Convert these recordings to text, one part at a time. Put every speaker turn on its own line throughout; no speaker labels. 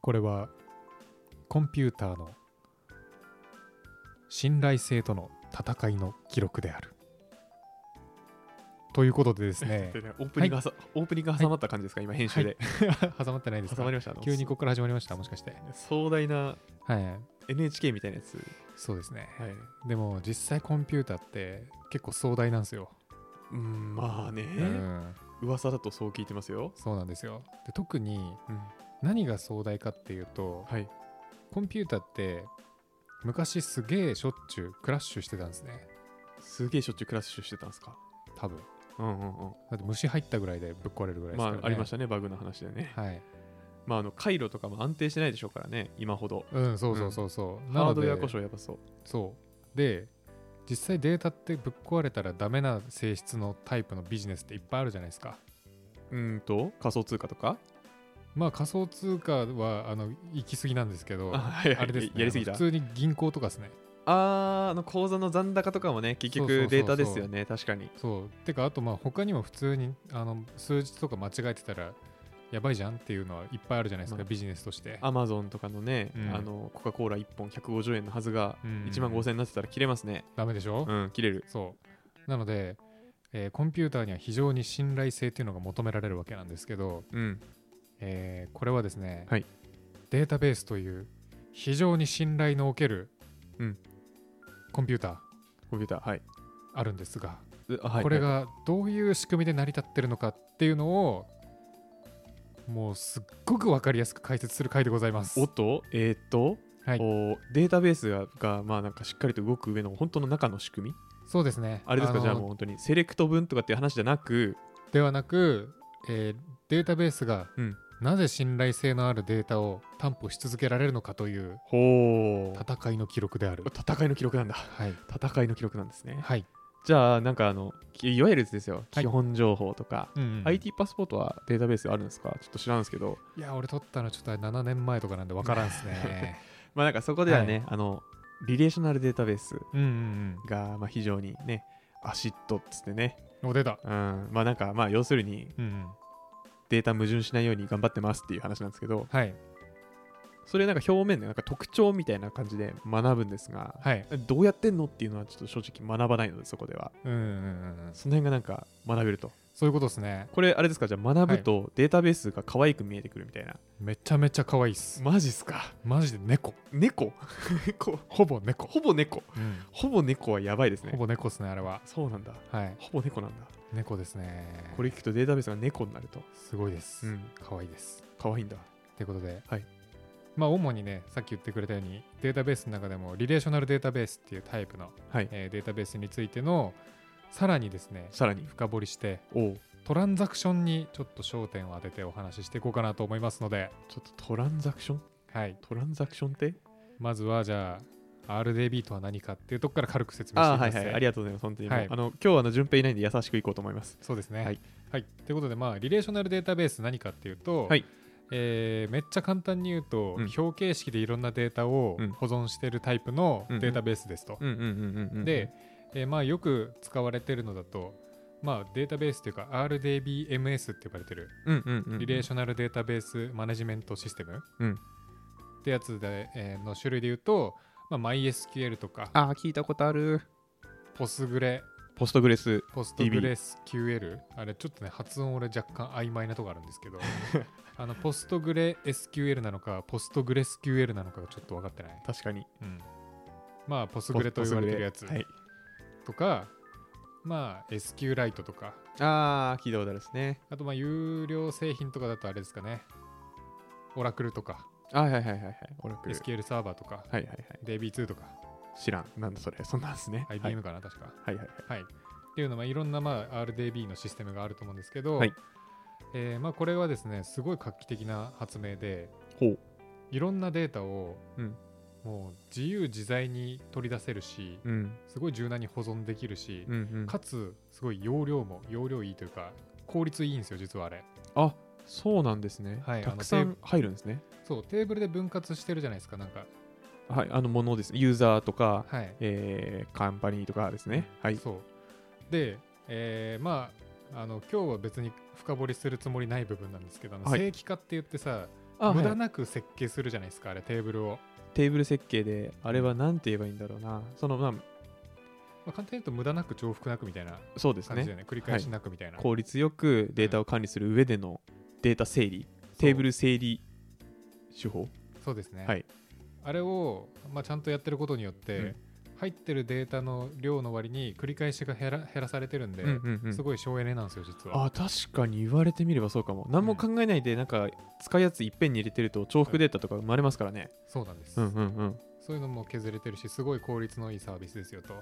これはコンピューターの信頼性との戦いの記録である。ということでですね
で、ねオープニングはさ、オープニング挟まった感じですか、今編集で、
挟まってないです
挟ま
か
りましたあの
急にここから始まりました、もしかして。
壮大な
はい、
NHK みたいなやつ、
そうですね。
はい、
でも実際コンピューターって結構壮大なんですよ。
うんまあね、
うん、
噂だとそう聞いてますよ、
そうなんですよ。で特に
うん、
何が壮大かっていうと、
はい
コンピューターって昔すげえしょっちゅうクラッシュしてたんですね。
すげえしょっちゅうクラッシュしてたんですか
多分。
うんうんうん
だって虫入ったぐらいでぶっ壊れるぐらいです
ま
から、
あ
ね。
ありましたたねバグの話でね、
はい。
まああの回路とかも安定してないでしょうからね今ほど
うん、そうそうそうそう。な
ハー
の
ドウ
で
ェア故障やばそう
そう。で、実際データってぶっ壊れたらダメな性質のタイプのビジネスっていっぱいあるじゃないですか。
うーんと仮想通貨とか
まあ仮想通貨はあの行き過ぎなんですけど、
はいはい
あれですね。
やりすぎ
あ
た
の普通に銀行とかですね。
あーあの口座の残高とかもね結
そうそうそ
局
うそう
データですよね確かに
そう。てか、あとまあ他にも普通にあの数字とか間違えてたらやばいじゃんっていうのはいっぱいあるじゃないですか、
まあ
ビジネスとして。
アマゾンとかのね、
うん
あのコカ・コーラ1本150円のはずが
うん
1万5000円になってたら切れますね
ダメでしょ、
うん、切れる
そう。なので、えーコンピューターには非常に信頼性というのが求められるわけなんですけど、
うん
えーこれはですね、
はい
データベースという非常に信頼のおける、
うん
コンピューター
コンピューターはい
あるんですが、
うあはい
これがどういう仕組みで成り立ってるのかっていうのをもうすっごく分かりやすく解説する回でございます。
おっとえー、っと、
はい
おデータベースががまあなんかしっかりと動く上の本当の中の仕組み
そうですね。
あれですか
の
じゃあもう本当にセレクト分とかっていう話じゃなく
ではなく、えーデータベースが、
うん
なぜ信頼性のあるデータを担保し続けられるのかという
ほう
戦いの記録である。
戦いの記録なんだ
はい。
戦いの記録なんですね
はい。
じゃあなんかあのいいわゆるですよ
はい
基本情報とか、
うんうん
IT パスポートはデータベースあるんですかちょっと知らんですけど
いや、俺取ったのちょっと7年前とかなんで分からんですね。
まあなんかそこではね、あのリレーショナルデータベース
うんうん
がまあ非常にねアシッドっつってね、
うん。お出た。
うん、まあなんかまあ要するに
うんうん。
データ矛盾しないように頑張ってますっていう話なんですけど
はい。
それなんか表面でなんか特徴みたいな感じで学ぶんですが、
はい。
どうやってんのっていうのはちょっと正直学ばないのでそこでは
うんうんうんうん。
その辺がなんか学べると
そういうことですね。
これあれですかじゃあ学ぶとデータベースが可愛く見えてくるみたいな、
めちゃめちゃ可愛いっす。
マジっすか
マジで猫。
猫 猫
ほぼ猫。
ほぼ猫
うん
ほぼ猫はやばいですね
ほぼ猫っすね、あれは。
そうなんだ
はい。
ほぼ猫なんだ
猫ですね。
これ聞くとデータベースが猫になると
すごいです。
うん
可愛いです。
可愛いんだ
ってことで、
はい
まあ主にねさっき言ってくれたようにデータベースの中でもリレーショナルデータベースっていうタイプの、
はい
えーデータベースについてのさらにですね
さらに
深掘りして
おう
トランザクションにちょっと焦点を当ててお話ししていこうかなと思いますので、
ちょっとトランザクション
はい、
トランザクションって
まずはじゃあ RDB とは何かっていうとこから軽く説明して
あ
いきま
はい
す、
はいありがとうございます本当に、
はい
あの今日はあの順平いないんで優しくいこうと思います
そうですね
はい、
はい、ということでまあリレーショナルデータベース何かっていうと、
はい
えーめっちゃ簡単に言うと、
うん
表形式でいろんなデータを
うん
保存してるタイプの
うんうん
データベースですと、
うんうんうんうん、うん、
で、えーまあ、よく使われてるのだと、まあ、データベースというか RDBMS って呼ばれてる
うんうんうんうん
リレーショナルデータベースマネジメントシステム、
うん
ってやつで、えーの種類で言うと、まあ、MySQL とか
ああ聞いたことある
Postgre
ポストグレス
PostgreSQL あれちょっとね発音俺若干曖昧なとこあるんです けどあの PostgreSQL なのか PostgreSQL なのかがちょっと分かってない、
確かに
うん、まあ Postgre と言われてるやつ
はい、
とか、まあ SQLite とか
ああ聞いたことあるですね
あとまあ有料製品とかだとあれですかね。オラクルとか、
あはいはいはいはいオラクル
SQL サーバーとか、
はいはいはい
DB2 とか、知らん。
なんだそれそんなんですねはい
IBM かな、確か。
はいはい
はい。っていうのは、いろんな、まあ、RDB のシステムがあると思うんですけど、
はい
えーまあ、これはですね、すごい画期的な発明で、
ほう
いろんなデータを、
うん
もう自由自在に取り出せるし、
うん
すごい柔軟に保存できるし、
うんうん
かつ、すごい容量も、容量いいというか、効率いいんですよ、実はあれ。
あそうなんですね、
はい
たくさ
あの
ん入るんですね
そう、テーブルで分割してるじゃないですか、なんか。
はいあのものですねユーザーとか、
はい。
えー、カンパニーとかですねはい
そうで、えーまああの今日は別に深掘りするつもりない部分なんですけど、あの
はい
正規化って言ってさ
あ
無
は
駄
い
なく設計するじゃないですかあれテーブルを、
テーブル設計であれは何て言えばいいんだろうなそのまあ
まあ、簡単に言うと無駄なく重複なくみたいな
そうです
感じだ
ね
よね繰り返しなくみたいな、
効率よくデータを管理する上でのデータ整理テーブル整理手法
そうですね、
はい
あれを、まあ、ちゃんとやってることによって、
うん
入ってるデータの量の割に繰り返しが減ら減らされてるんで、
うんうんうん
すごい省エネなんですよ実は
あ確かに言われてみればそうかも何も考えないでなんか使うやついっぺんに入れてると重複データとか生まれますからね
そうなんです、
うんうんうん
そういうのも削れてるしすごい効率のいいサービスですよと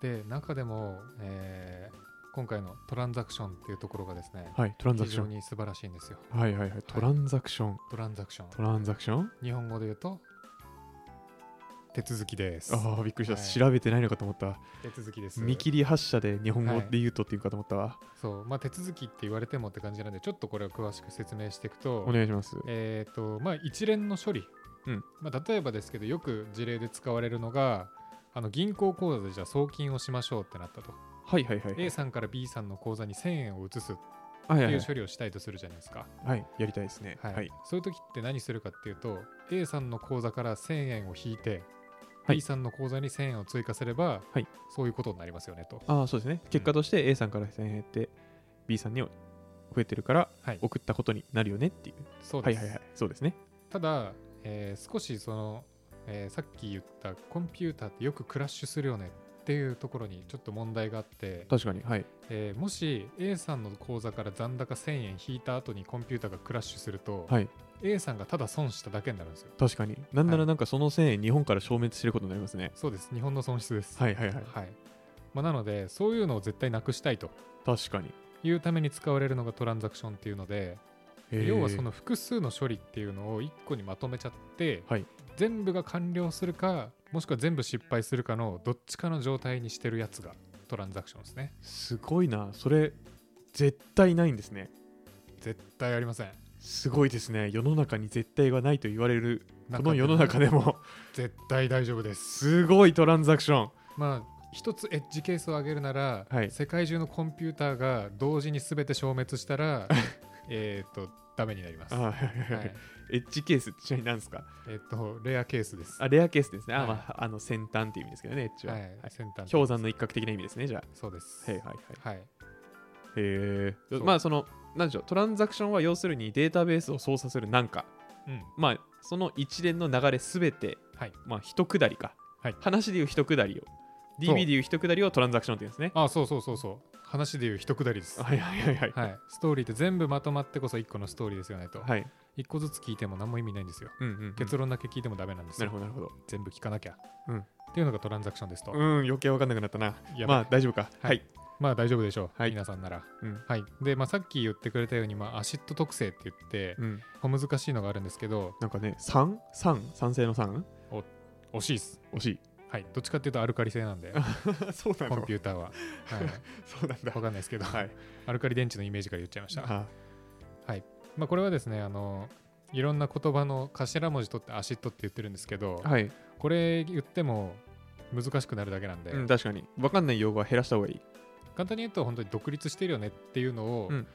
で中でも、えー今回のトランザクションっていうところがですね
はいトランザ
非
クショ
常
ン
に素晴らしいんですよ
はいはいはいトランザクション、
トランザクション
トランザクション
日本語で言うと手続きです
ああびっくりし
は
た、
い
調べてないのかと思った
手続きです
見切り発車で日本語で言うとっていうかと思ったわ、
そうまあ手続きって言われてもって感じなんでちょっとこれを詳しく説明していくと
お願いします
えーとまあ、一連の処理、
うん
まあ、例えばですけどよく事例で使われるのがあの銀行口座でじゃあ送金をしましょうってなったと、
はいはいはい
A さんから B さんの口座に1000円を移すっ
はい
て
はいいう
処理をしたいとするじゃないですか、
はいやりたいですねはい、
そういう時って何するかっていうと A さんの口座から1000円を引いて、
はい
B さんの口座に1000円を追加すれば、
はい
そういうことになりますよねと、
ああそうですね結果として A さんから1000円減って B さんに増えてるから
はい
送ったことになるよねっていう、
そう
は
で
い、
す、
はいはいそうですね
ただ、えー少しその、えーさっき言ったコンピューターってよくクラッシュするよねっていうところにちょっと問題があって、
確かにはい
えーもし A さんの口座から残高1000円引いた後にコンピューターがクラッシュすると、
はい
A さんがただ損しただけになるんですよ
確かになんな
は
ら
い
なんかその1000円日本から消滅してることになりますね
そうです日本の損失です
はいはいはい
はいまあ、なのでそういうのを絶対なくしたいと
確かに、
いうために使われるのがトランザクションっていうので、
えー
要はその複数の処理っていうのを1個にまとめちゃって、
はい
全部が完了するかもしくは全部失敗するかのどっちかの状態にしてるやつがトランザクションですね
すごいなそれ絶対ないんですね
絶対ありません
すごいですね世の中に絶対がないと言われるこの世の
中
中
で
でも
絶対大丈夫です
すごいトランザクション
まあ一つエッジケースを挙げるなら、
はい
世界中のコンピューターが同時に全て消滅した らえーっとダメになります、
あ
は
はいはいはい
い、
エッジケースってちなみに何ですか
えーっとレアケースです
あレアケースですね、
はい
あまあ、あの先端っていう意味ですけどねエッジは、
はい
はい
先端
氷山の一角的な意味ですねじゃ
そうです
あはいはいは
は
い
い
へ
そう
まあその何でしょうトランザクションは要するにデータベースを操作するなんか
うん
まあその一連の流れすべて
はい
まあ一くだりか、
はい
話でいう一くだりを DB でいう一くだりをトランザクションって言うんですね
あそうそうそうそう話でいう一くだりです
はいはいはいはい
はい、ストーリーって全部まとまってこそ1個のストーリーですよねと、
はい
1個ずつ聞いても何も意味ないんですよ
うんうんうん
結論だけ聞いてもダメなんです
な
よ、
るほどなるほど
全部聞かなきゃ、
うん
っていうのがトランザクションですと、
うん余計わかんなくなったな
やばい
まあ大丈夫か
は
はいい
まあ大丈夫でしょう、
はい
皆さんなら、
うん
はいでまあ、さっき言ってくれたように、まあ、アシッド特性って言って
うん
小難しいのがあるんですけど
なんかね酸酸酸性の酸
惜しいです、
惜しい
はい、どっちかっていうとアルカリ性 なんで
そうな
コ
の
ンピューターは、はい、
そうなん
分
だ
かんないですけど、
はい
アルカリ電池のイメージから言っちゃいました、
あ
まあ、これはですねあのいろんな言葉の頭文字取ってアシッドって言ってるんですけど、
はい
これ言っても難しくなるだけなんで、
うん確かにわかんない用語は減らした方がいい
簡単に言うと本当に独立してるよねっていうのを、
うん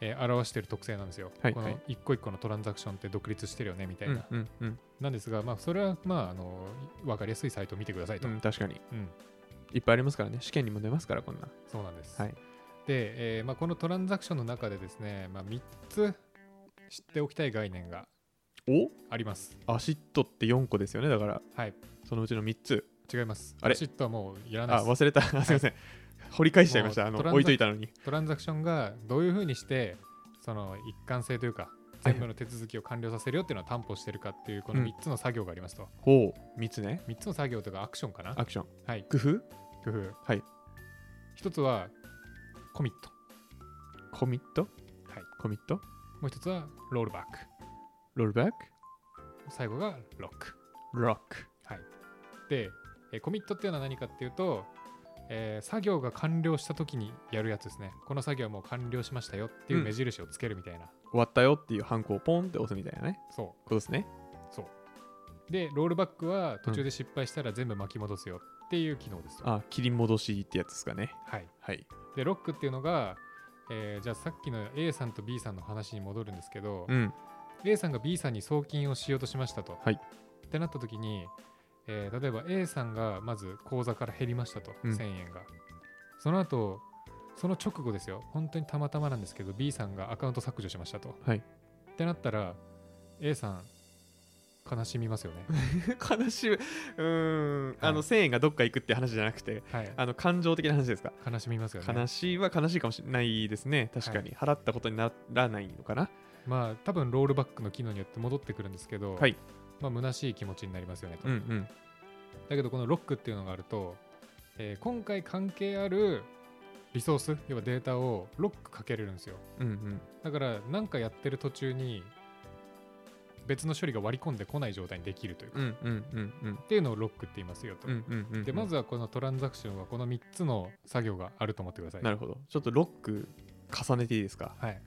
えー表してる特性なんですよ、
はい
こ
は
の
い
一個一個のトランザクションって独立してるよねみたいな、
うんうんうん
なんですが、まあ、それはまああの分かりやすいサイトを見てくださいと、
う
うん
ん確かにいっぱいありますからね試験にも出ますからこんな
そうなんです、
はい
で、えーまあ、このトランザクションの中でですね、まあ、3つ知っておきたい概念が
お
あります
アシットって4個ですよねだから
はい
そのうちの3つ
違います
あれ
アシットはもういらない
あ
です
忘れた あすいません掘り返しちゃいましたあ
もうト
の
ランザ
置いといたのに
トランザクションがどういうふうにしてその一貫性というか
はい
全部の手続きを完了させるよっていうのは担保してるかっていうこの
うん
3つの作業がありますと、
ほう3つね
3つの作業というかアクションかな
アクション
はい
工夫
工夫
はい
1つはコミット
コミット
はい
コミット
もう1つはロールバック
ロールバック
最後がロック
ロック
で、えーコミットっていうのは何かっていうと、えー作業が完了した時にやるやつですねこの作業はもう完了しましたよっていう目印をつけるみたいな、
終わったよっていうハンコをポンって押すみたいなね
そ
ことですね
うそうでロールバックは途中で失敗したら全部巻き戻すよっていう機能ですと、
あ切り戻しってやつですかね
はい
はい
でロックっていうのが、えーじゃあさっきの A さんと B さんの話に戻るんですけど、
うん
A さんが B さんに送金をしようとしましたと。
はい
ってなった時に、えー例えば A さんがまず口座から減りましたと、
うん
1000円が。その後その直後ですよ、本当にたまたまなんですけど、B さんがアカウント削除しましたと。
はい
ってなったら、A さん、悲しみますよね。
悲しい。うーん。あ
は
の、
い
1000円がどっか行くって話じゃなくて、
はい、
あの、感情的な話ですか。
悲しみますよね。
悲しいは悲しいかもしれないですね。確かに。払ったことにならないのかな。
まあ、多分ロールバックの機能によって戻ってくるんですけど、
はい
まあ、虚しい気持ちになりますよねと。
うんうん。
だけどこのロックっていうのがあると、えー今回関係あるリソース要はデータをロックかけれるんですよ
うんうん。
だから何かやってる途中に別の処理が割り込んでこない状態にできるというか、
う
っ
んうんうんうん。
ていうのをロックって言いますよと、
うんうんうんうん。
でまずはこのトランザクションはこの3つの作業があると思ってください
なるほど。ちょっとロック重ねていいですか。
はい、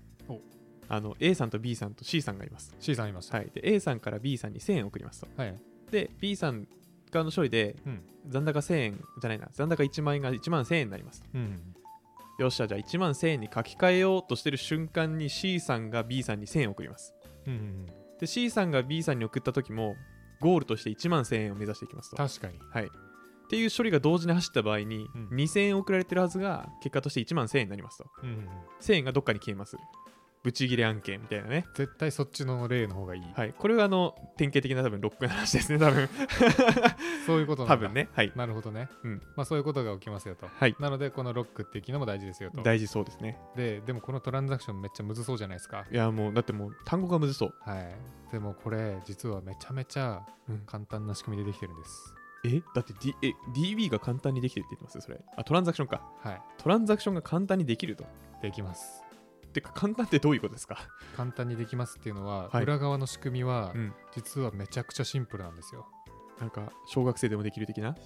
あの A さんと B さんと C さんがいます。
C さんいました
はい、で A さんから B さんに1000円送りますと。
はい、
で B さん側の処理で
うん
残高1000円じゃないな残高1万円が1万1000円になります。
うん
よっしゃじゃあ1万1000円に書き換えようとしてる瞬間に C さんが B さんに1000円送ります。
うんうん、
で C さんが B さんに送った時もゴールとして1万1000円を目指していきますと。
確かに
はいっていう処理が同時に走った場合に、
うん
2000円送られてるはずが結果として1万1000円になりますと
うんうん
1000円がどっかに消えますブチギレ案件みたいなね
絶対そっちの例の方がいい、
はい、これはあの典型的な多分ロックの話ですね、多分
そういうことなんだ
多分ね、はい、
なるほどね、
うん
まあそういうことが起きますよと
はい、
なのでこのロックっていう機能も大事ですよと
大事そうですね。
ででもこのトランザクションめっちゃむずそうじゃないですか
いや、もうだってもう単語がむずそう。
はいでもこれ実はめちゃめちゃ
うん
簡単な仕組みでできてるんです、
えだって D え DB が簡単にできてるって言ってますそれ。あ、トランザクションか。
はい
トランザクションが簡単にできると。
できます
てか、簡単ってどういうことですか
簡単にできますっていうのは、
はい
裏側の仕組みは、
うん
実はめちゃくちゃシンプルなんですよ
なんか、小学生でもできる的な、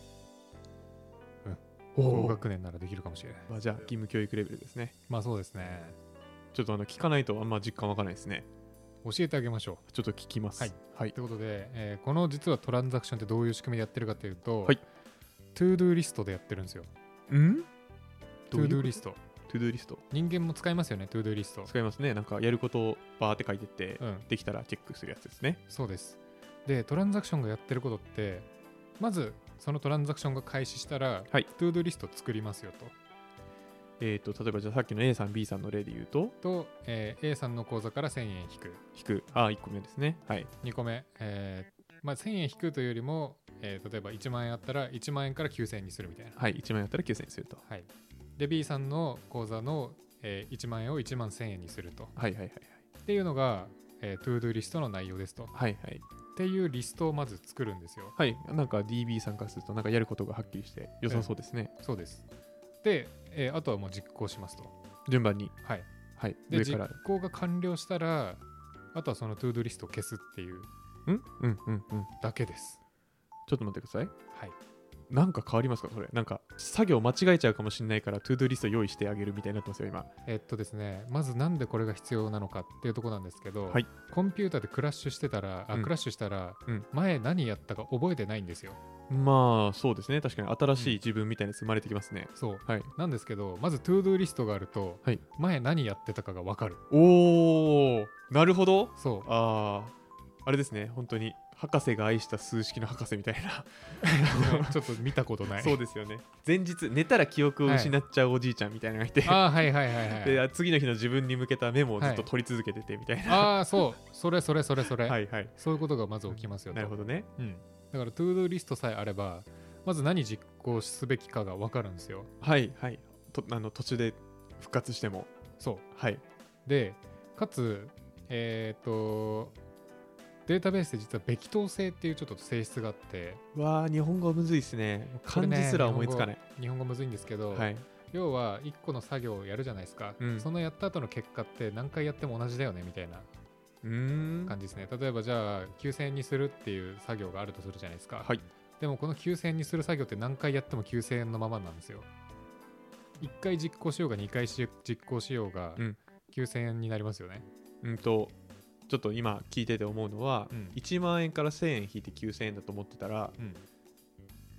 おー
高学年ならできるかもしれない
まあ、じゃあ、義務教育レベルですね。
まあそうですね
ちょっとあの聞かないとあんま実感わからないですね。
教えてあげましょう
ちょっと聞きます。
はい、
はい
と、いうことで、えーこの実はトランザクションってどういう仕組みでやってるかというと、
はい
トゥードゥーリストでやってるんですよ
ん
トゥードゥーリ
ス
スト
ト。トゥードゥーリスト。
人間も使いますよねトゥードゥーリスト
使いますね。なんか、やることをバーって書いてって、
うん
できたらチェックするやつですね。
そうですでトランザクションがやってることってまずそのトランザクションが開始したら、
はい
トゥードゥーリスト作りますよと
えー、と例えばじゃあさっきの A さん B さんの例で言うと
と、えー A さんの口座から1000円引く
引くあ1個目ですねはい
2個目、えーまあ、1000円引くというよりも、えー例えば1万円あったら1万円から9000円にするみたいな、
はい1万円やったら9000円すると
はい、で B さんの口座の、え1万円を1万1000円にすると
はいはいはい
っていうのが、えー、トゥードゥーリストの内容ですとっ
はいはい
ていうリストをまず作るんですよ
はいはいなんか DB さんからするとなんかやることがはっきりして良さそうですね、
そうですで、えーあとはもう実行しますと
順番に
はい
はい
で
上
実
から
行が完了したらあとはそのトゥードゥリストを消すっていうん
うんうんうん
だけです
ちょっと待ってください
はい
なんか変わりますかそれなんか作業間違えちゃうかもしれないからトゥードゥリスト用意してあげるみたいになってますよ今
えっとですねまずなんでこれが必要なのかっていうところなんですけど、
はい
コンピューターでクラッシュしてたらあ、
うん
クラッシュしたら、
うん
前何やったか覚えてないんですよ
まあそうですね確かに新しい自分みたいなやつ生まれてきますね、
そう
はい
なんですけどまずトゥードゥリストがあると、
はい
前何やってたかが分かる
おおなるほど
そ
あああれですね本当に博士が愛した数式の博士みたいな、
う ちょっと見たことない
そうですよね前日寝たら記憶を失っちゃうおじいちゃんみたいなのがいて、
ああはいはいはいはい
で次の日の自分に向けたメモをずっと取り続けててみたいな、
ああそうそれそれそれそれ、
はい、はい
そういうことがまず起きますよと
なるほどね
うん、だからトゥードゥリストさえあればまず何実行すべきかが分かるんですよ
はいはいとあの途中で復活しても
そう
はい
でかつえっ、とデータベースで実はべき当性っていうちょっと性質があって
わあ日本語むずいっすね
これ
漢
ね
字すら思いつかない、
日本語むずいんですけど、
はい、
要は1個の作業をやるじゃないですか、
うん
そのやった後の結果って何回やっても同じだよねみたいな
うーん
感じですね例えばじゃあ9000円にするっていう作業があるとするじゃないですか、
はい
でもこの9000円にする作業って何回やっても9000円のままなんですよ。1回実行しようが2回し実行しようが
うん
9000円になりますよね。
うんとちょっと今聞いてて思うのは、
うん
1万円から1000円引いて9000円だと思ってたら
うん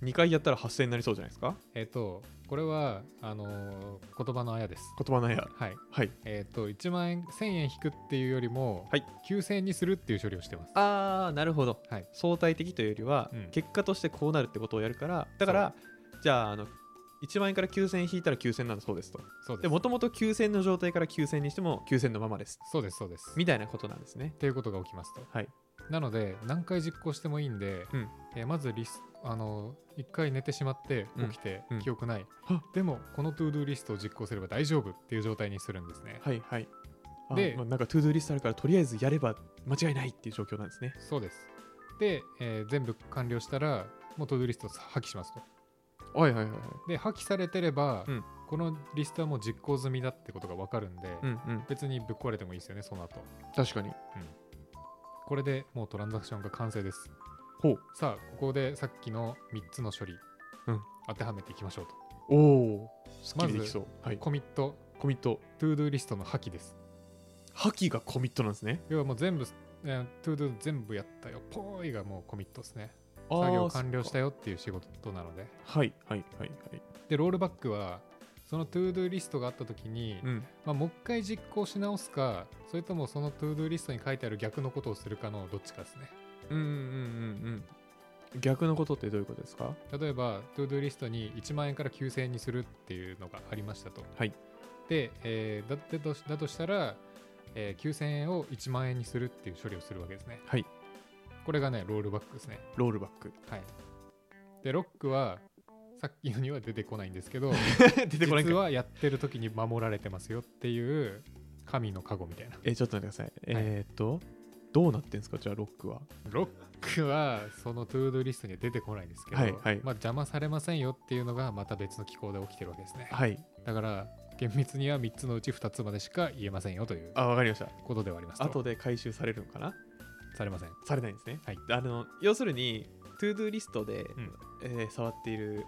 2回やったら8000になりそうじゃないですか
えっ、とこれはあのー言葉のあやです
言葉のや
はい
はい
えっ、と1万円1000円引くっていうよりも、
はい
9000円にするっていう処理をしてます
あーなるほど、
はい
相対的というよりは、
うん
結果としてこうなるってことをやるからだからじゃああの1万円から9000円引いたら9000なんだそうですと
そうで
ですもともと9000の状態から9000にしても9000のままです
そうですそうですっ
みたいなことなんですね
ていうことが起きますと
はい
なので何回実行してもいいんで、
うん
えーまずリスあの1回寝てしまって
うん
起きて
うん
記憶ない、
は
でもこのトゥードゥーリストを実行すれば大丈夫っていう状態にするんですね、
はいはい
で
で、まあなんかトゥードゥーリストあるからとりあえずやれば間違いないっていう状況なんですね
そうですで、えー全部完了したらもうトゥードゥーリストを破棄しますと
はいはいはいはい
で破棄されてれば、
うん
このリストはもう実行済みだってことが分かるんで、
うんうん
別にぶっ壊れてもいいですよねその後
確かに
これでもうトランザクションが完成です
ほう
さあここでさっきの3つの処理、
うん
当てはめていきましょうと
おおすっきりできそう、はい、
コミット
コミット
トゥードゥーリストの破棄です
破棄がコミットなんですね
要はもう全部、えー、トゥードゥ全部やったよ、ぽーいがもうコミットですね。
あー
作業完了した
そっ
よっていう仕事なので。
かはいはいはいはい
で、ロールバックは、そのトゥードゥリストがあった時に、
うん
まあ、もう一回実行し直すか、それともそのトゥードゥリストに書いてある逆のことをするかのどっちかですね。
うんうんうんうん逆のことってどういうことですか
例えば、トゥードゥリストに1万円から9000円にするっていうのがありましたと。
はい
で、えーだってとしだとしたら、えー9000円を1万円にするっていう処理をするわけですね。
はい
これがね、ロールバックですね。
ロールバック
はい。で、ロックは、さっきのには出てこないんですけど、
出 てこない
実
か
はやってる時に守られてますよっていう、神の加護みたいな。
えちょっと待ってください、えーっとどうなってんですかじゃあロックは
ロックは、そのトゥードゥリストには出てこないんですけど、
はいはい
まあ邪魔されませんよっていうのが、また別の機構で起きてるわけですね。
はい
だから、厳密には3つのうち2つまでしか言えませんよという
あわかりました
ことではありますと。
後で回収されるのかな
されません。
されないんですね、
はい
あの要するにトゥードゥーリストで、
ん
えー触っている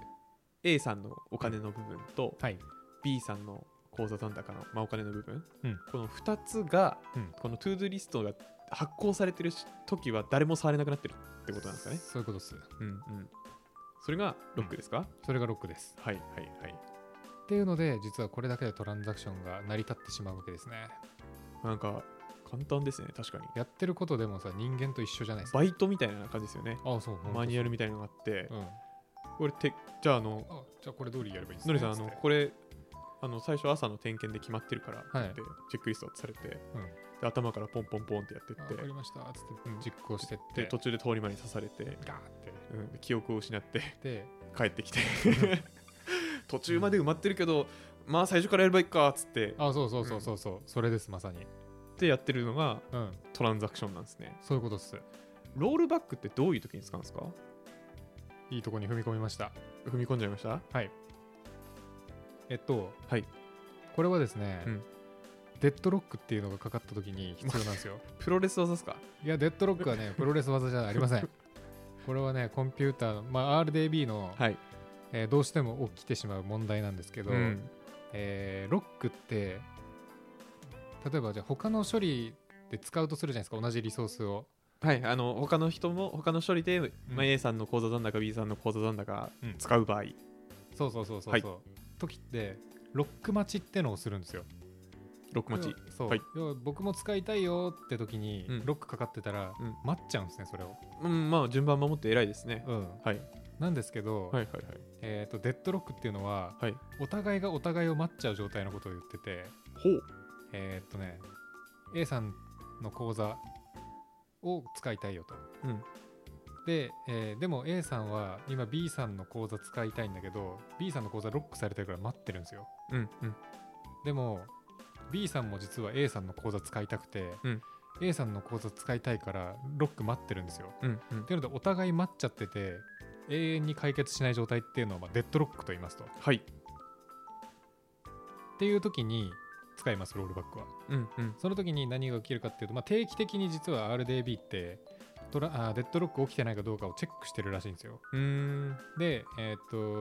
A さんのお金の部分と、
はい。
B さんの口座残高の、まあ、お金の部分、
うん
この2つが、
うん
このトゥードゥーリストが発行されてるし時は誰も触れなくなってるってことなんですかね、
そういうことです。
うんうん、それがロックですか、
それがロックです。
はいはいはい
っていうので、実はこれだけでトランザクションが成り立ってしまうわけですね。
なんか簡単ですね確かに
やってることでもさ、人間と一緒じゃないですか。
バイトみたいな感じですよね
ああ、そう。
マニュアルみ
た
たいなのがあって、
うん。
これてじゃああの
あじゃあこれ通りやればいいです
の
ね。
りさんあ
つっ
の
て
これあの最初朝の点検で決まってるからって
はい
言ってチェックリストされて、
うん
で頭からポンポンポンってやって
あ
っ
わかり
て
ました。つって実行してっ
で
て、
途中で通り魔に刺されて、
ガーって
うん、記憶を失って
で、
帰ってきて 途中まで埋まってるけど、まあ最初からやればいいかっつって
あ、そうそうそうそうそう、それです、まさに。
でやってるのが
うん、
トランザクションなんですね
そういうことっす。
ロールバックってどういう時に使うんですか
いいとこに踏み込みました。
踏み込んじゃいました
えっと、
はい
これはですね、
うん
デッドロックっていうのがかかった時に必要なんですよ。
プロレス技ですか
いや、デッドロックはね、プロレス技じゃありません。これはね、コンピューターの、まあ、RDB の、
はい
えーどうしても起きてしまう問題なんですけど、
うん
えーロックって例えばじゃあ他の処理で使うとするじゃないですか同じリソースを
はいあの他の人も他の処理で、まあ、
うん
A さんの口座残高 B さんの口座残高
うん
使う場合、
そうそうそうそうそう、
はい
時ってロック待ちってのをするんですよ
ロック待ち
要はそう、
はい
要は僕も使いたいよって時に、
うん
ロックかかってたら、
うん
待っちゃうんですねそれを
うんまあ順番守って偉いですね、
うん
はい
なんですけど、
はいはいはい
えー、とデッドロックっていうのは、
はい
お互いがお互いを待っちゃう状態のことを言ってて
ほう
えーっとね A さんの口座を使いたいよと、
うん
で、えーでも A さんは今 B さんの口座使いたいんだけど B さんの口座ロックされてるから待ってるんですよ
うんうん
でも B さんも実は A さんの口座使いたくて、
うん
A さんの口座使いたいからロック待ってるんですよ
うんうん
っていうのでお互い待っちゃってて永遠に解決しない状態っていうのをまあデッドロックと言いますとっ
はい
ていう時に使いますロールバックは
うんうん
その時に何が起きるかっていうと、まあ、定期的に実は RDB ってトラあーデッドロック起きてないかどうかをチェックしてるらしいんですよ。
うーん
で、えーっ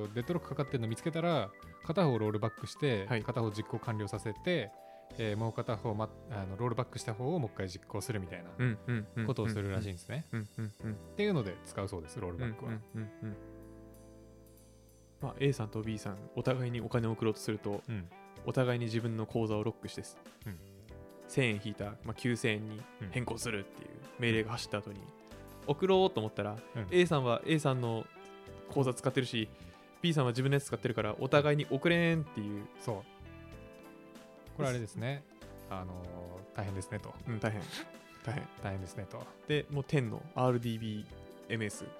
とデッドロックかかってるの見つけたら片方ロールバックして、
はい
片方実行完了させて、えーもう片方、ま、あのロールバックした方をもう一回実行するみたいな
うんうんうん
ことをするらしいんですね。
うんうんうん
っていうので使うそうですロール
う
バ
ん
ックは。
うんうんまあ、A さんと B さんお互いにお金を送ろうとすると
うん
お互いに自分の口座をロックして、
うん
1000円引いた、まあ、9000円に
うん
変更するっていう命令が走った後に、送ろうと思ったら、
うん
A さんは A さんの口座使ってるし B さんは自分のやつ使ってるからお互いに送れんっていう、
そうこれあれですねあのー大変ですねと
うん、大変大変
大変ですねと
でもう天の RDBMS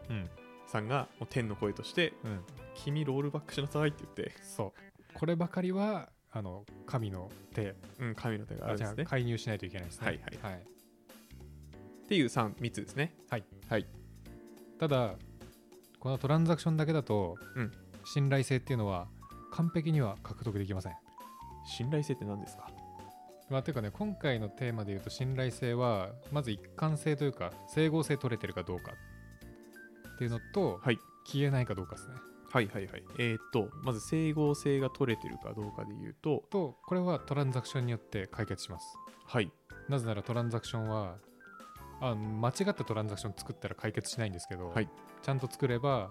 うん
さんがもう天の声として
うん
君ロールバックしなさいって言って、
そうこればかりはあの神の手
うん、神の手があるん
じ
で
ゃ
す
あ
ね
介入しないといけないですね
はい
はい、
っていう 3, 三つですね
ただこのトランザクションだけだと、
うん
信頼性っていうのは完璧には獲得できません
信頼性って何ですか
まあ、ていうかね今回のテーマで言うと信頼性はまず一貫性というか整合性取れてるかどうかっていうのと、
はい
消えないかどうかですね
はいはいはい。えーっと、まず整合性が取れてるかどうかで言うと、
とこれはトランザクションによって解決します
はい。
なぜならトランザクションはあ間違ったトランザクション作ったら解決しないんですけど、
はい
ちゃんと作れば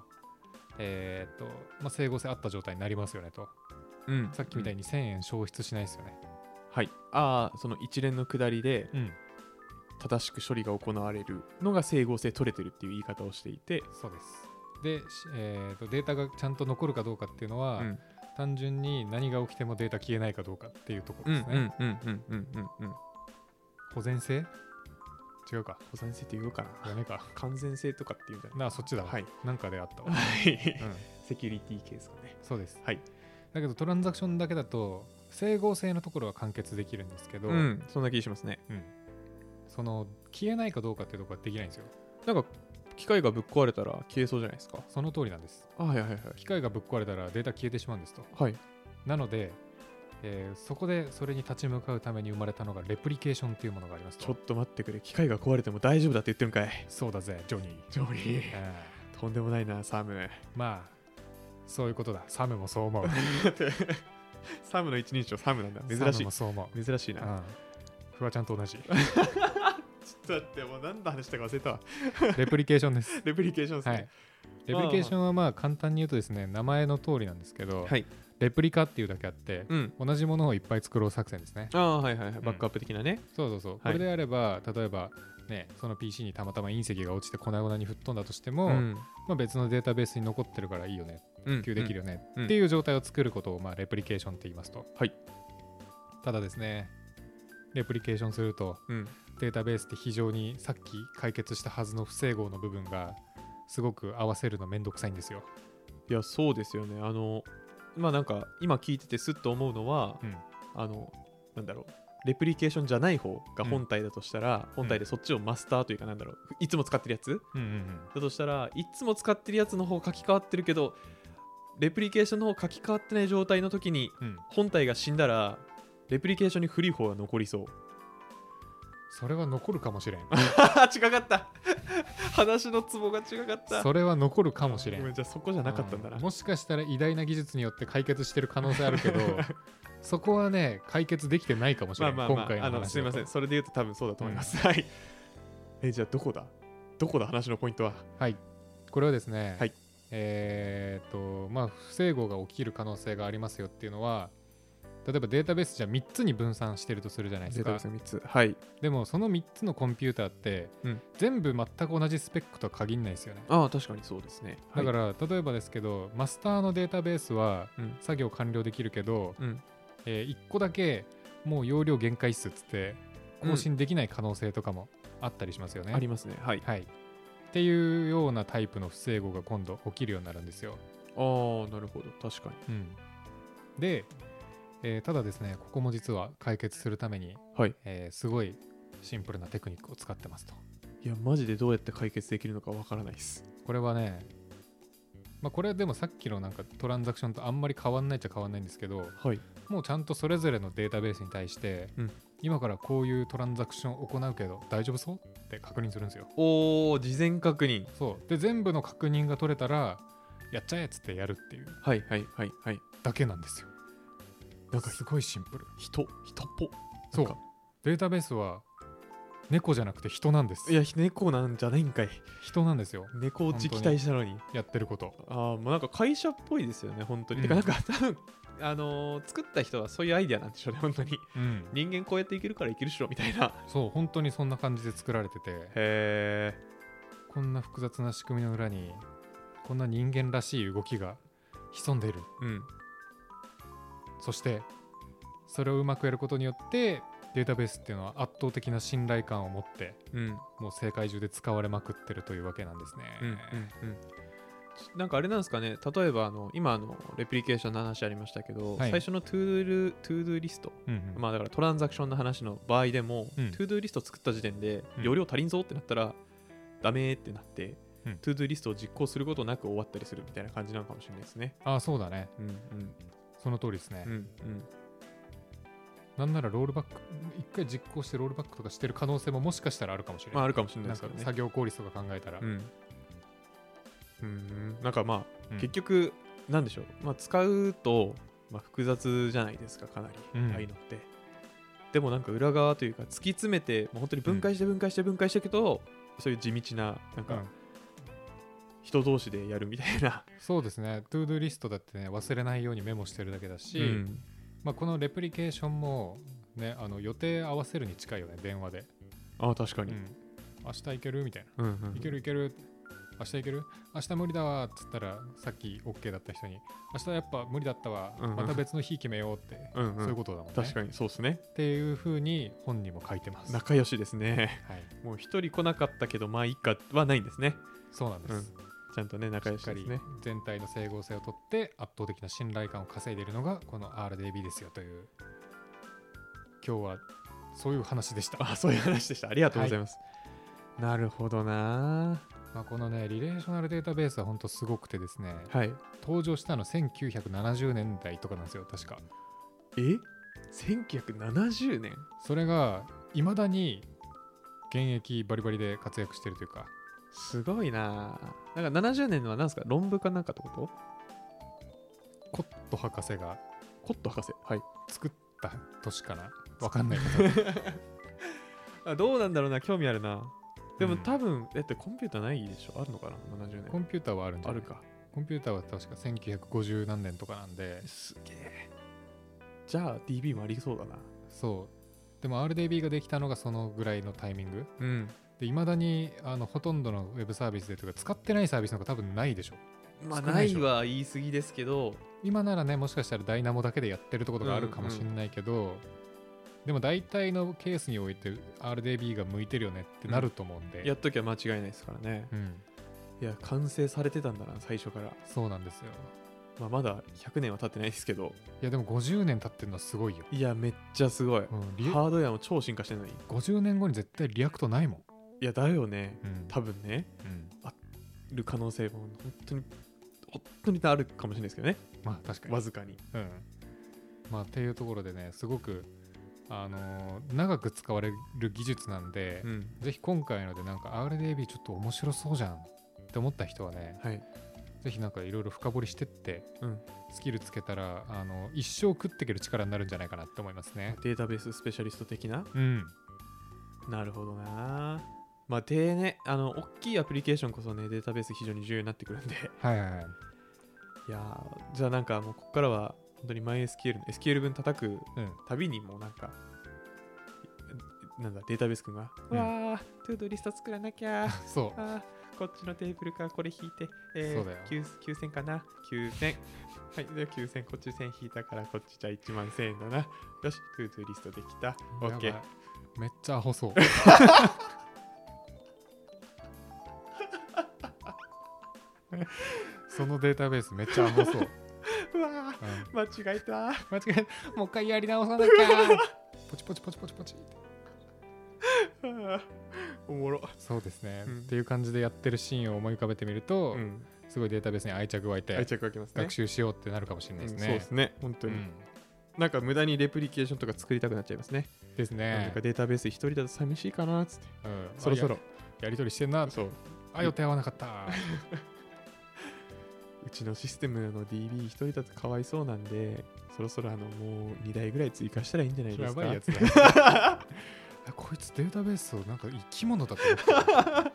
えーっと、まあ、整合性あった状態になりますよねと
うん
さっきみたい
に。
に1000円消失しないですよね
はい。ああ、その一連の下りで
うん
正しく処理が行われるのが整合性取れてるっていう言い方をしていて、
そうですで、しえーっとデータがちゃんと残るかどうかっていうのは、
うん
単純に何が起きてもデータ消えないかどうかっていうとこ
う
ろ
ん
です
う
ね。
んうんうんうんうんうん。
保全性違うか。
保全性って言うかな。
ダメ か。
完全性とかっていうんじゃない
なあ、そっちだわ。
はい。
なんかであったわ。
はい。
うん、
セキュリティケースかね。
そうです。
はい。
だけどトランザクションだけだと、整合性のところは完結できるんですけど、
うん、そんな気しますね。
うんその消えないかどうかっていうところはできないんですよ。
なんか、機械がぶっ壊れたら消えそうじゃないですか。
その通りなんです。
あはいはいはい。
機械がぶっ壊れたらデータ消えてしまうんですと。
はい。
なので、えーそこでそれに立ち向かうために生まれたのがレプリケーションっていうものがあります
ち
と
ょっ。と待ってくれ。機械が壊れても大丈夫だって言ってるんかい。
そうだぜ、ジョニー。
ジョニー。
うん
とんでもないな、サム。
まあ、そういうことだ。サムもそう思う。
サムの一人称サムなんだ。
サ
珍
ム
し
もそう思う。
い。珍しいな。
うんフワちゃんと同じ。
ちょっと待って、もう何の話したか忘れたわ。
レプリケーション です。
レプリケーションです
は
ね。
い。レプリケーションはまあ簡単に言うとですね、名前の通りなんですけど、
はい
レプリカっていうだけあって、
うん。
同じものをいっぱい作ろう作戦ですね。
ああ、はいはいはい。バックアップ的なね。
そうそうそう。こ
はい
れであれば、例えば、ね、その PC にたまたま隕石が落ちて粉々に吹っ飛んだとしても、
うん。
まあ、別のデータベースに残ってるからいいよね
うん
普及できるよね、
うん
っていう状態を作ることを、まあ、レプリケーションって言いますと、
はい
ただですねレプリケーションすると
うん。
データベースって非常にさっき解決したはずの不整合の部分がすごく合わせるのめんどくさいんですよ、
いや、そうですよね。あの、まあなんか、今聞いててすっと思うのは、
うん
あの、なんだろう。レプリケーションじゃない方が
うん
本体だとしたら、本体でそっちをマスターというかなんだろういつも使ってるやつ
うん
だとしたらいつも使ってるやつの方書き換わってるけどレプリケーションの方書き換わってない状態の時に
うんうん、
本体が死んだらレプリケーションに古い方が残りそう
それは残るかもしれん
違かった 話のツボが違かった
それは残るかもしれ
ごめん
ん
じゃあそこじゃなかったんだな、
うんもしかしたら偉大な技術によって解決してる可能性ある けどそこはね解決できてないかもし
ま
れ
あ
ん、
まあま
今回
あ
の話
あ
だ
の
と
すいませんそれで言うと多分そうだと思います、はいえじゃあどこだどこだ話のポイントは
はい、これはですね、
はい
えーっと、まあ、不整合が起きる可能性がありますよっていうのは、例えばデータベースじゃ3つに分散してるとするじゃないですか。
3つはい
でも、その3つのコンピューターって、
うん
全部全く同じスペックとは限らないですよね。
ああ確かにそうですね、
だからら、例えばですけど、マスターのデータベースは
うん
作業完了できるけど、
うん
え1個だけもう容量限界数っつって、更新できない可能性とかもあったりしますよね。
ありますねはい
はい。っていうようなタイプの不整合が今度起きるようになるんですよ。
ああなるほど確かに
うん、で、えーただですね、ここも実は解決するために、
はい
えーすごいシンプルなテクニックを使ってますと。
いやマジでどうやって解決できるのかわからないです
これはね、まあ、これはでもさっきのなんかトランザクションとあんまり変わんないっちゃ変わんないんですけど、
はい
もうちゃんとそれぞれのデータベースに対して、
うん
今からこういうトランザクションを行うけど大丈夫そうって確認するんですよ。
おお事前確認
そう。で、全部の確認が取れたら、やっちゃえっつってやるっていう
はいはいはいはい
だけなんですよ。
なんか
すごいシンプル。
人人っぽ
そう
なんか。
データベースは猫じゃなくて人なんです
いや猫なんじゃないんかい
人なんですよ
猫落ち期待したのに
やってること
ああもうなんか会社っぽいですよね本当に、
うん
てかなんか多分あのー作った人はそういうアイデアなんでしょうね本当に
うん
人間こうやっていけるからいけるっしょみたいな
そう本当にそんな感じで作られてて
へえ
こんな複雑な仕組みの裏にこんな人間らしい動きが潜んでいる
うん
そしてそれをうまくやることによってデータベースっていうのは圧倒的な信頼感を持って
うん
もう世界中で使われまくってるというわけなんですね。
うんうんうんなんかあれなんですかね例えばあの今あのレプリケーションの話ありましたけど、
はい
最初のトゥールトゥードゥーリスト、
うんうん
まあだからトランザクションの話の場合でも、
うん
トゥードゥーリスト作った時点で
うん
容量足りんぞってなったら、ダメってなって、
うん
トゥードゥーリストを実行することなく終わったりするみたいな感じなのかもしれないですね
ああそうだね
うん
その通りですね、
うんうん
なんならロールバック一回実行してロールバックとかしてる可能性ももしかしたらあるかもしれない、
まああるかもしれない
なん
です
か
からね
作業効率とか考えたら、
うんうんなんかまあ、
うん
結局なんでしょう、まあ、使うと、まあ、複雑じゃないですかかなり、
うん
ああいうのってでもなんか裏側というか突き詰めてもう本当に分解して分解して分解していくと、そういう地道なな
う
んか
ん
人同士でやるみたいな、
そうですねトゥードゥリストだってね忘れないようにメモしてるだけだし、
うん
まあ、このレプリケーションもねあの予定合わせるに近いよね電話で、
ああ確かに、
うん明日行けるみたいな
うんうん
行ける行ける明日行ける明日無理だわっつったらさっき OK だった人に明日やっぱ無理だったわ、
うんうん
また別の日決めようって、
うんうん
そういうことだもんね
確かにそうですね
っていうふうに本にも書いてます。は
仲良しですね
い、
もう一人来なかったけどまあいいかはないんですね
そうなんです。
ちゃんとね仲良し
しっか
で
り
すね
全体の整合性をとって圧倒的な信頼感を稼いでいるのがこの RDB ですよという今日はそういう話で した。
あそういう話でしたありがとうございます、なるほどな
まあ、このねリレーショナルデータベースは本当すごくてですね
はい
登場したの1970年代とかなんですよ確か。
え1970年
それがいまだに現役バリバリで活躍してるというか
すごいなぁなんか70年のは何ですか論文かなんかってこと
コット博士が
コット博士はい
作った年かなわかんないけど
あどうなんだろうな興味あるなでも、
うん
多分だってコンピューターないでしょあるのかな70
コ
年
ンピューターはあるんじゃ
あ
ない
るか
コンピューターは確か1950何年とかなんです
げえじゃあ DB もありそうだな
そうでも RDB ができたのがそのぐらいのタイミング
うん
でいまだにあのほとんどのウェブサービスでというか使ってないサービスの方が多分ないでしょ
まあ
少ない
な
でし
い
ょ
は言い過ぎですけど
今ならねもしかしたらダイナモだけでやってるところがあるかもしれないけど、でも大体のケースにおいて RDB が向いてるよねってなると思うんで、
やっときゃ間違いないですからね
うん、
いや完成されてたんだな最初から、
そうなんですよ
まあ、まだ100年は経ってないですけど
いやでも50年経ってるのはすごいよ、
いやめっちゃすごい
うん、リ
ハードウェアも超進化してないい
50年後に絶対リアクトないもん、
やだよね
うん
多分ね
うん
る可能性も本当に本当にあるかもしれないですけどね
まあ確かに
わずかに
うんまあ、っていうところでねすごく、あのー長く使われる技術なんで、
ん
ぜひ今回のでなんか RDB ちょっと面白そうじゃんって思った人はね
はい
ぜひなんかいろいろ深掘りしてって、
うん
スキルつけたらあの一生食っていける力になるんじゃないかなって思いますね。
データベーススペシャリスト的な
うん、
なるほどなまあでねあの大きいアプリケーションこそねデータベース非常に重要になってくるんで
はいはいはい。
いやーじゃあなんかもうここからは本当に MySQL の SQL 分叩く
うん
たびにもうなんかなんだデータベース君が、
うん
わートゥードゥリスト作らなき ゃー
そ
あーこっちのテーブルからこれ引いて、え
そうだよ
ー、9 9000かな9000はいで9000こっち1000引いたからこっちじゃ1万1000円だなよしトゥートゥーリストできた
う。
オッケ
や
ー
ばいめっちゃアホ そう。そのデータベースめっちゃアホそう。
うわ
うん
ー間違えたー
間違えたもう一回やり直さなきゃポチポチポチポチポチ
あー おもろ
そうですね、
うん
っていう感じでやってるシーンを思い浮かべてみると、
うん
すごいデータベースに愛着湧いて
愛着湧きますね
学習しようってなるかもしれないです
うんそうで
ね、
すね本当
うん
に、なんか無駄にレプリケーションとか作りたくなっちゃいますね、
です
なん
ね
か、データベース一人だと寂しいかなーっつって
うん
そろそ
あ
ろ
ややり取りしてんな
そう
あ予定合わなかった
うちのシステムの DB 一人だとかわいそうなんでそろそろあのもう2台ぐらい追加したらいいんじゃないで
や
すか
ばいやつだあ こいつデータベースをなんか生き物だと思ってる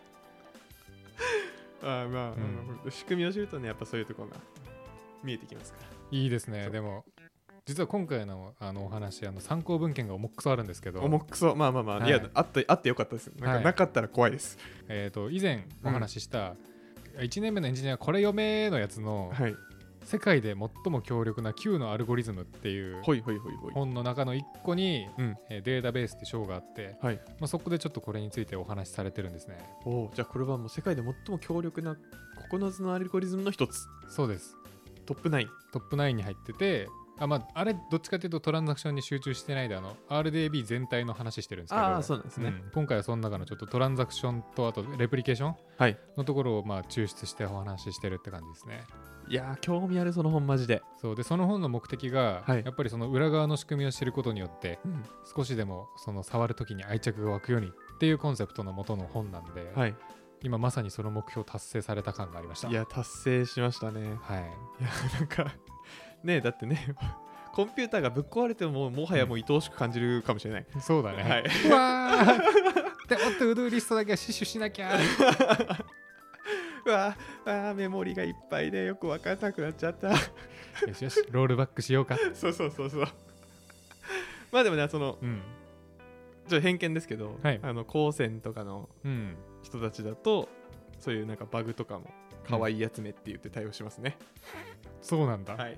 ああまあ、
うん
うん仕組みを知るとねやっぱそういうところが見えてきますから
いいです
そ
ね
う
でも実は今回のあのお話あの参考文献が重くそあるんですけど
重くそまあまあまあ、
はい
い、やあったあってよかったですなんか、
はい
なかったら怖いです
えー、と以前お話しした、1年目のエンジニアこれ読めのやつの
はい
世界で最も強力な Q のアルゴリズムっていう
ほいほいほいほい
本の中の1個に、
うん
えーデータベースって章があって、
はい
まあ、そこでちょっとこれについてお話しされてるんですね
おおうじゃあこれはもう世界で最も強力な9つのアルゴリズムの一つ
そうです
トップ9
トップ9に入っててあ,、まあ、あれどっちかというとトランザクションに集中してないであの RDB 全体の話してるんですけど
ああそうなんですね、
うん今回はその中のちょっとトランザクションとあとレプリケーション
はい
のところをまあ抽出してお話ししてるって感じですね
いやー興味あるその本マジで、
そうでその本の目的が、
はい
やっぱりその裏側の仕組みを知ることによって
うん、
少しでもその触るときに愛着が湧くようにっていうコンセプトの元の本なんで、
はい
今まさにその目標達成された感がありました
いや達成しましたね
はい
いやなんかねだってね コンピューターがぶっ壊れてももはやもう愛おしく感じるかもしれない、
そうだね、
はいう
わーでおっとウドゥーリストだけは死守しなきゃ
うわあーメモリがいっぱいでよくわからなくなっちゃった
よしよしロールバックしようか
そうそうそう そうまあでもねその
うん
ちょっと偏見ですけど、
はい
あの高専とかの
うん
人たちだとそういうなんかバグとかも可愛いやつめって言って対応しますね、
そうなんだ、
はい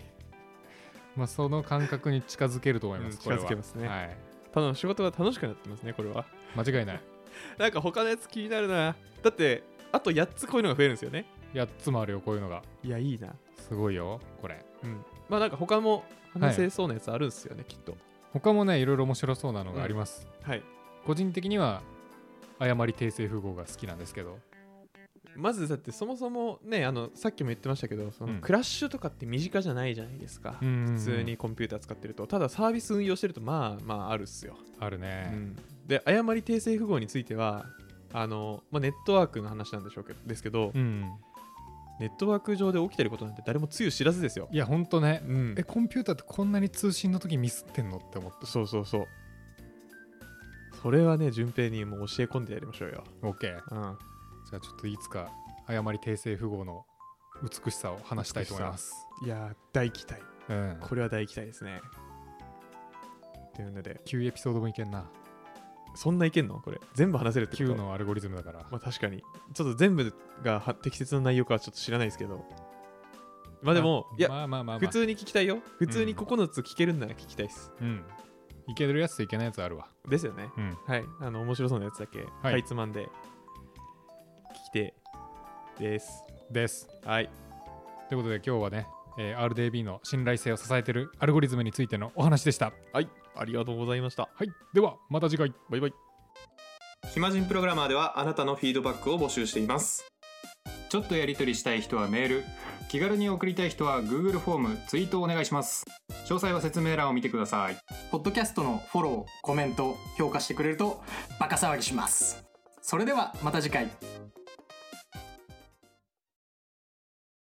まあ、その感覚に近づけると思います、
うん
これは
近づけますね
はい、
ただの仕事が楽しくなってますねこれは
間違いない
なんか他のやつ気になるなだってあと8つこういうのが増えるんですよね
8つもあるよこういうのが
いやいいな
すごいよこれ
うんまあなんか他も話せそうなやつあるんですよね、きっと
他もねいろいろ面白そうなのがあります、
はい
個人的には誤り訂正符号が好きなんですけど
まずだってそもそもねあのさっきも言ってましたけどそ
うん
のクラッシュとかって身近じゃないじゃないですか、
普
普通にコンピューター使ってるとただサービス運用してるとまあまああるっすよ、
あるね、
うんで誤り訂正符号についてはあの、まあ、ネットワークの話なんでしょうけどですけど、
うん
ネットワーク上で起きてることなんて誰もつゆ知らずですよ、
いやほんとね
うん
えコンピューターってこんなに通信の時ミスってんのって思っ
そうそうそうそれはね順平にもう教え込んでやりましょうよ、
た OK じゃ
うん、
あちょっといつか誤り訂正符号の美しさを話したいと思います
いやー大期待
うん
これは大期待ですねっていうので
9エピソードもいけんな
そんないけんのこれ全部話せるってこと
9のアルゴリズムだから
まあ確かにちょっと全部がは適切な内容かはちょっと知らないですけどまあでもいや、
まあまあまあ、まあ、
普通に聞きたいよ普通に9つ聞けるんなら聞きたいっす、
うんいけるやつといけないやつあるわ
ですよね
うん
はいあの面白そうなやつだけ
い
かいつまんで聞きてです
です
はい
ということで今日はね、えー RDB の信頼性を支えているアルゴリズムについてのお話でした。
はいありがとうございました
はい、ではまた次回。
バイバイ暇人プログラマーではあなたのフィードバックを募集しています
ちょっとやり取りしたい人はメール、気軽に送りたい人は Google フォーム、ツイートお願いします。詳細は説明欄を見てください。
ポッドキャストのフォロー、コメント、評価してくれるとバカ騒ぎします。それではまた次回。